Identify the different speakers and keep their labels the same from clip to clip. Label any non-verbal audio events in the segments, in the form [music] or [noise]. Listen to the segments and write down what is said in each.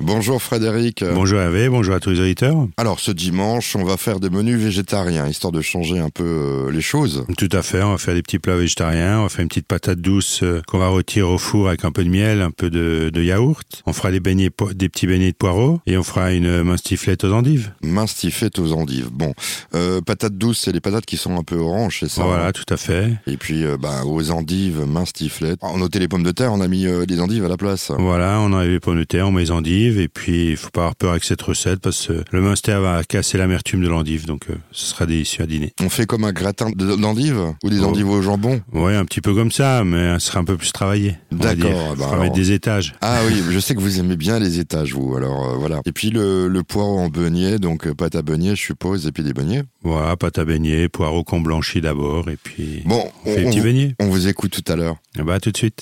Speaker 1: Bonjour Frédéric.
Speaker 2: Bonjour Hervé, bonjour à tous les auditeurs.
Speaker 1: Alors ce dimanche, on va faire des menus végétariens, histoire de changer un peu euh, les choses.
Speaker 2: Tout à fait, on va faire des petits plats végétariens, on va faire une petite patate douce euh, qu'on va retirer au four avec un peu de miel, un peu de, de yaourt. On fera des, beignets, po- des petits beignets de poireaux et on fera une euh, minstiflette aux endives.
Speaker 1: Minstifette aux endives. Bon, euh, patates douces, c'est les patates qui sont un peu oranges, c'est ça hein
Speaker 2: Voilà, tout à fait.
Speaker 1: Et puis euh, bah, aux endives, minstiflette. On a noté les pommes de terre, on a mis euh, des endives à la place.
Speaker 2: Voilà, on enlève les pommes de terre, on met les endives et puis il faut pas avoir peur avec cette recette parce que le minster va casser l'amertume de l'endive donc euh, ce sera délicieux à dîner.
Speaker 1: On fait comme un gratin de- d'endives ou des
Speaker 2: Oh.
Speaker 1: endives au jambon
Speaker 2: Ouais, un petit peu comme ça, mais ce sera un peu plus travaillé. on va
Speaker 1: D'accord,
Speaker 2: dire.
Speaker 1: bah
Speaker 2: On va
Speaker 1: alors-
Speaker 2: mettre des étages.
Speaker 1: Ah oui, je sais que vous aimez bien les étages, vous. Alors euh, voilà. Et puis le, le poireau en beignet, donc euh, pâte à beignet, je suppose, et puis des beignets.
Speaker 2: Voilà, pâte à beignet, poireaux qu'on blanchit d'abord et puis
Speaker 1: Bon,
Speaker 2: on fait les
Speaker 1: on-
Speaker 2: petits beignets.
Speaker 1: on vous écoute tout à l'heure.
Speaker 2: Ah bah à tout de suite.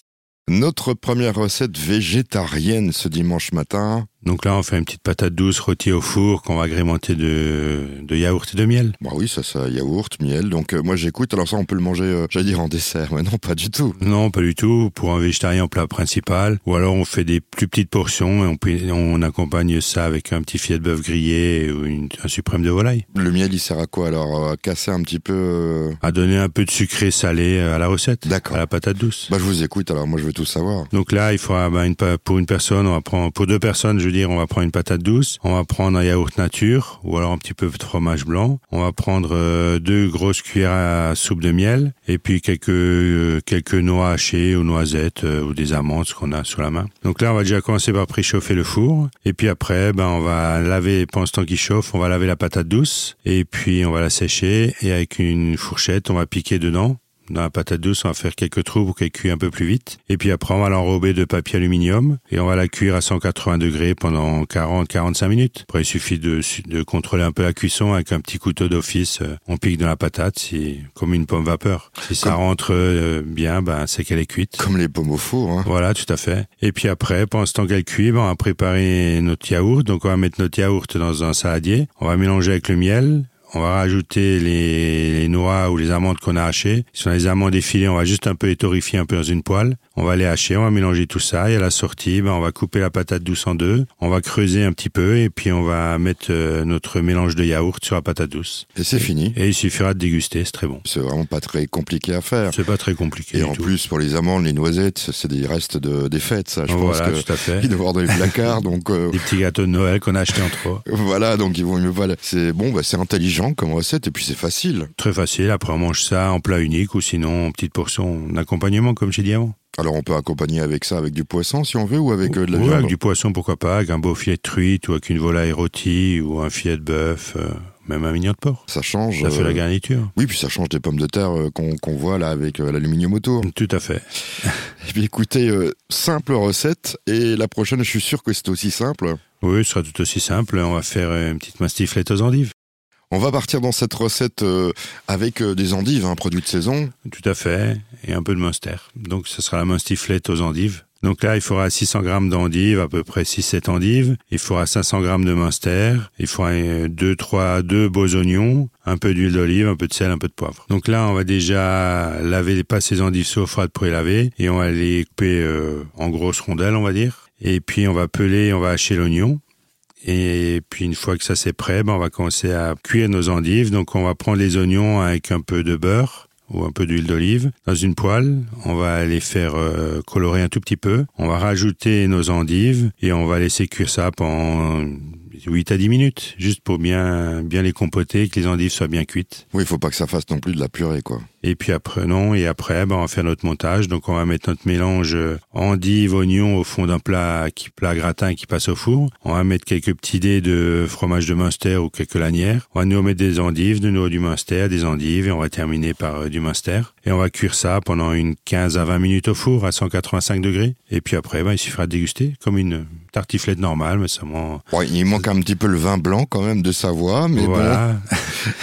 Speaker 1: Notre première recette végétarienne ce dimanche matin.
Speaker 2: Donc là, on fait une petite patate douce rôtie au four qu'on va agrémenter de, de yaourt et de miel.
Speaker 1: Bah oui, ça, ça, yaourt, miel. Donc euh, moi j'écoute. Alors ça, on peut le manger, euh, j'allais dire en dessert, mais non, pas du tout.
Speaker 2: Non, pas du tout. Pour un végétarien en plat principal, ou alors on fait des plus petites portions et on, peut- on accompagne ça avec un petit filet de bœuf grillé ou une- un suprême de volaille.
Speaker 1: Le miel, il sert à quoi alors À Casser un petit peu. euh,
Speaker 2: À donner un peu de sucré salé à la recette, à
Speaker 1: D'accord.
Speaker 2: la patate douce.
Speaker 1: Bah je vous écoute. Alors moi je veux tout savoir.
Speaker 2: Donc là, il faudra bah, une pa- pour une personne, on va prendre pour deux personnes, je veux dire, on va prendre une patate douce, on va prendre un yaourt nature ou alors un petit peu de fromage blanc, on va prendre euh, deux grosses cuillères à soupe de miel et puis quelques euh, quelques noix hachées ou noisettes euh, ou des amandes ce qu'on a sous la main. Donc là, on va déjà commencer par préchauffer le four et puis après, ben on va laver pendant ce temps qu'il chauffe, on va laver la patate douce et puis on va la sécher et avec une fourchette, on va piquer dedans dans la patate douce, on va faire quelques trous pour qu'elle cuit un peu plus vite. Et puis après, on va l'enrober de papier aluminium et on va la cuire à 180 degrés pendant 40-45 minutes. Après, il suffit de, de contrôler un peu la cuisson avec un petit couteau d'office. euh, On pique dans la patate si, comme une pomme vapeur. Si ça
Speaker 1: Comme-
Speaker 2: rentre euh, bien, ben, c'est qu'elle est cuite.
Speaker 1: Comme les pommes au four. Hein.
Speaker 2: Voilà, tout à fait. Et puis après, pendant ce temps qu'elle cuit, ben, on va préparer notre yaourt. Donc on va mettre notre yaourt dans un saladier. On va mélanger avec le miel. On va rajouter les, les noix ou les amandes qu'on a hachées. Si on a les amandes effilées, on va juste un peu les torréfier un peu dans une poêle. On va les hacher, on va mélanger tout ça. Et à la sortie, ben, on va couper la patate douce en deux. On va creuser un petit peu et puis on va mettre euh, notre mélange de yaourt sur la patate douce.
Speaker 1: Et c'est fini.
Speaker 2: Et il suffira de déguster, c'est très bon.
Speaker 1: C'est vraiment pas très compliqué à faire.
Speaker 2: C'est pas très compliqué
Speaker 1: Et
Speaker 2: du
Speaker 1: en
Speaker 2: tout.
Speaker 1: plus pour les amandes, les noisettes, c'est des restes de des fêtes. Ça, je
Speaker 2: voilà,
Speaker 1: pense que
Speaker 2: tout
Speaker 1: [laughs]
Speaker 2: à fait.
Speaker 1: il doit y avoir dans les placards. donc euh,
Speaker 2: [laughs] Des petits gâteaux de Noël qu'on a achetés en trop.
Speaker 1: voilà, donc il vaut mieux pas. la- C'est bon, bah, c'est intelligent comme recette et puis c'est facile.
Speaker 2: Très facile. Après, on mange ça en plat unique ou sinon en petite portion d'accompagnement, comme j'ai dit avant.
Speaker 1: Alors on peut accompagner avec ça, avec du poisson si on veut, ou avec euh, de la
Speaker 2: Ouais,
Speaker 1: viande.
Speaker 2: avec du poisson, pourquoi pas, avec un beau filet de truite ou avec une volaille rôtie ou un filet de bœuf, euh, même un mignon de porc.
Speaker 1: Ça change.
Speaker 2: Ça fait
Speaker 1: euh,
Speaker 2: la garniture.
Speaker 1: Oui, puis ça change des pommes de terre euh, qu'on qu'on voit là avec euh, l'aluminium
Speaker 2: [laughs]
Speaker 1: autour.
Speaker 2: Tout à fait.
Speaker 1: Et puis écoutez, euh, simple recette, et la prochaine, je suis sûr que c'est aussi simple.
Speaker 2: Oui, ce sera tout aussi simple. On va faire une petite mastiflette aux endives.
Speaker 1: On va partir dans cette recette euh, avec euh, des endives, un produit de saison.
Speaker 2: Tout à fait. Et un peu de monster. Donc, ce sera la mastiflette aux endives. Donc là, il faudra 600 grammes d'endives, à peu près 6-7 endives. Il faudra 500 grammes de munster. Il faudra 2, 3, 2 beaux oignons, un peu d'huile d'olive, un peu de sel, un peu de poivre. Donc là, on va déjà laver, passer les endives sous eau froide pour les laver. Et on va les couper euh, en grosses rondelles, on va dire. Et puis, on va peler, on va hacher l'oignon. Et puis une fois que ça c'est prêt, ben on va commencer à cuire nos endives. Donc on va prendre les oignons avec un peu de beurre ou un peu d'huile d'olive dans une poêle. On va les faire euh, colorer un tout petit peu. On va rajouter nos endives et on va laisser cuire ça pendant 8 à 10 minutes, juste pour bien bien les compoter, que les endives soient bien cuites.
Speaker 1: Oui, il faut pas que ça fasse non plus de la purée, quoi.
Speaker 2: Et puis après, non, et après, ben, on va faire notre montage. Donc, on va mettre notre mélange euh, endive, oignon au fond d'un plat qui plat gratin qui passe au four. On va mettre quelques petits dés de fromage de Munster ou quelques lanières. On va nous remettre des endives, de nouveau du Munster, des endives, et on va terminer par euh, du Munster. Et on va cuire ça pendant une 15 à 20 minutes au four à 185 degrés. Et puis après, ben, il suffira de déguster comme une tartiflette normale, mais seulement,
Speaker 1: Bon, il manque un petit peu le vin blanc quand même de Savoie, mais
Speaker 2: voilà.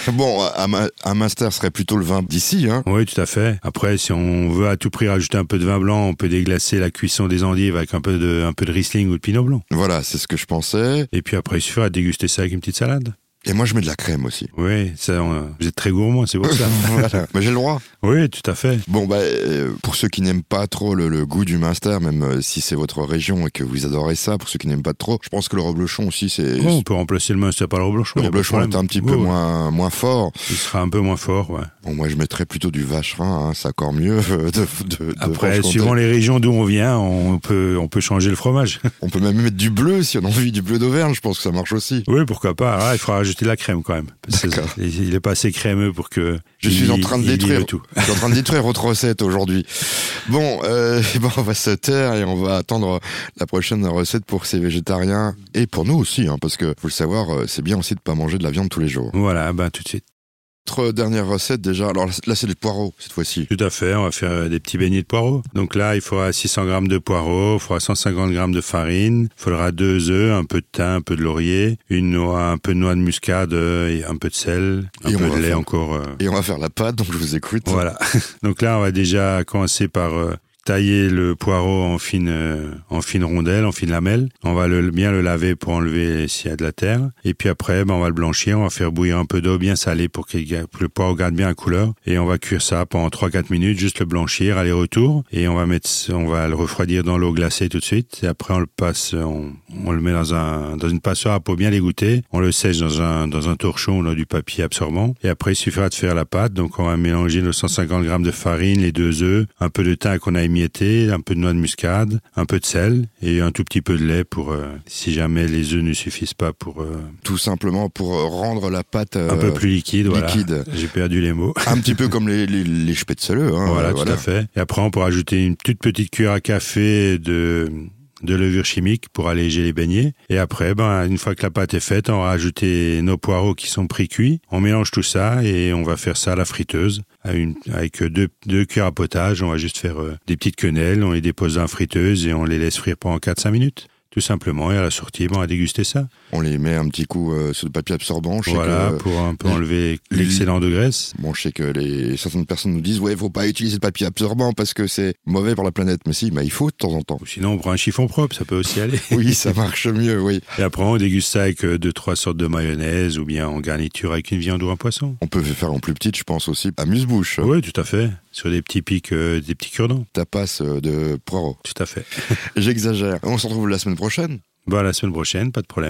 Speaker 1: bon. Bon, un, ma- un master serait plutôt le vin d'ici, hein.
Speaker 2: Oui, tout à fait. Après, si on veut à tout prix rajouter un peu de vin blanc, on peut déglacer la cuisson des endives avec un peu de, un peu de Riesling ou de Pinot Blanc.
Speaker 1: Voilà, c'est ce que je pensais.
Speaker 2: Et puis après, il suffira de déguster ça avec une petite salade.
Speaker 1: Et moi, je mets de la crème aussi.
Speaker 2: Oui, ça, on- vous êtes très gourmand, c'est pour
Speaker 1: [laughs]
Speaker 2: ça.
Speaker 1: Voilà. Mais j'ai le droit.
Speaker 2: oui, tout à fait.
Speaker 1: Bon, bah, euh, pour ceux qui n'aiment pas trop le, le goût du Munster, même euh, si c'est votre région et que vous adorez ça, pour ceux qui n'aiment pas trop, je pense que le reblochon aussi, c'est.
Speaker 2: Oh, on peut remplacer le Munster par le reblochon.
Speaker 1: le
Speaker 2: y a pas de
Speaker 1: reblochon est
Speaker 2: problème.
Speaker 1: un petit
Speaker 2: Oui,
Speaker 1: peu
Speaker 2: oui.
Speaker 1: moins, moins fort.
Speaker 2: Il sera un peu moins fort, ouais.
Speaker 1: Bon, moi, je mettrais plutôt du vacherin, hein, ça encore mieux. euh, de- de- de
Speaker 2: Après,
Speaker 1: Franche-Comté.
Speaker 2: suivant les régions d'où on vient, on peut, on peut changer le fromage. [laughs]
Speaker 1: On peut même mettre du bleu si on a envie du bleu d'Auvergne, je pense que ça marche aussi.
Speaker 2: oui, pourquoi pas. Ah, il faudra ajouter de la crème quand même. Parce que
Speaker 1: D'accord.
Speaker 2: il il est pas assez crémeux pour que.
Speaker 1: Je
Speaker 2: il-
Speaker 1: suis en train de
Speaker 2: il livre
Speaker 1: détruire.
Speaker 2: tout.
Speaker 1: Je suis en train de détruire votre recette aujourd'hui. Bon, euh, [laughs] eh ben, on va se taire et on va attendre la prochaine recette pour ces végétariens et pour nous aussi, hein, parce que faut le savoir, euh, c'est bien aussi de pas manger de la viande tous les jours.
Speaker 2: Voilà, ben tout de suite.
Speaker 1: Notre dernière recette déjà, alors là c'est des poireaux cette fois-ci.
Speaker 2: Tout à fait, on va faire euh, des petits beignets de poireaux. Donc là, il faudra 600 grammes de poireaux, il faudra 150 grammes de farine, il faudra deux œufs, un peu de thym, un peu de laurier, une noix, un peu de noix de muscade, euh, et un peu de sel, un
Speaker 1: Et on
Speaker 2: peu
Speaker 1: va
Speaker 2: de lait
Speaker 1: faire-
Speaker 2: encore. euh,
Speaker 1: Et on va faire la pâte, donc je vous écoute.
Speaker 2: Voilà. [laughs] Donc là, on va déjà commencer par euh, tailler le poireau en fine, euh, en fine rondelle, en fine lamelle. On va le, bien le laver pour enlever s'il y a de la terre. Et puis après, ben, on va le blanchir. On va faire bouillir un peu d'eau bien salée pour qu'il ga- que le poireau garde bien la couleur. Et on va cuire ça pendant 3-4 minutes, juste le blanchir, aller-retour. Et on va mettre, on va le refroidir dans l'eau glacée tout de suite. Et après, on le passe, on, on le met dans un, dans une passoire pour bien l'égoutter. On le sèche dans un, dans un torchon, dans du papier absorbant. Et après, il suffira de faire la pâte. Donc, on va mélanger nos 150 grammes de farine, les deux œufs, un peu de thym qu'on a émietté, un peu de noix de muscade, un peu de sel et un tout petit peu de lait pour, euh, si jamais les œufs ne suffisent pas pour, euh,
Speaker 1: Tout simplement pour euh, rendre la pâte euh,
Speaker 2: un peu plus liquide. Voilà.
Speaker 1: liquide.
Speaker 2: J'ai perdu les mots.
Speaker 1: un petit peu comme les, les, les spätzle, hein,
Speaker 2: voilà,
Speaker 1: euh,
Speaker 2: tout à fait. Et après, on pourra ajouter une toute petite cuillère à café de de levure chimique pour alléger les beignets. Et après, ben, une fois que la pâte est faite, on va ajouter nos poireaux qui sont pré-cuits. On mélange tout ça et on va faire ça à la friteuse. À une- avec deux, deux cuillères à potage, on va juste faire euh, des petites quenelles, on les dépose dans la friteuse et on les laisse frire pendant 4-5 minutes. Tout simplement, et à la sortie, ben, on va déguster ça.
Speaker 1: On les met un petit coup euh, sur le papier absorbant. Je sais
Speaker 2: Voilà,
Speaker 1: que,
Speaker 2: pour un peu
Speaker 1: l-
Speaker 2: enlever l'excellent de graisse.
Speaker 1: Bon, je sais que les certaines personnes nous disent ouais, faut pas utiliser le papier absorbant parce que c'est mauvais pour la planète. Mais si, bah, il faut de temps en
Speaker 2: [laughs]
Speaker 1: temps.
Speaker 2: Ou sinon, on prend un chiffon propre, ça peut aussi aller.
Speaker 1: Oui, ça marche mieux. Oui,
Speaker 2: Et après, on déguste ça avec euh, deux, trois sortes de mayonnaise ou bien en garniture avec une viande ou un poisson.
Speaker 1: on peut faire en plus petite, je pense aussi. Amuse-bouche,
Speaker 2: Oui, tout à fait. Sur des petits pics, euh, des petits cure-dents.
Speaker 1: tapas euh, de poireaux.
Speaker 2: Tout à fait.
Speaker 1: J'exagère. On se retrouve la semaine prochaine.
Speaker 2: Bah, à la semaine prochaine, pas de problème.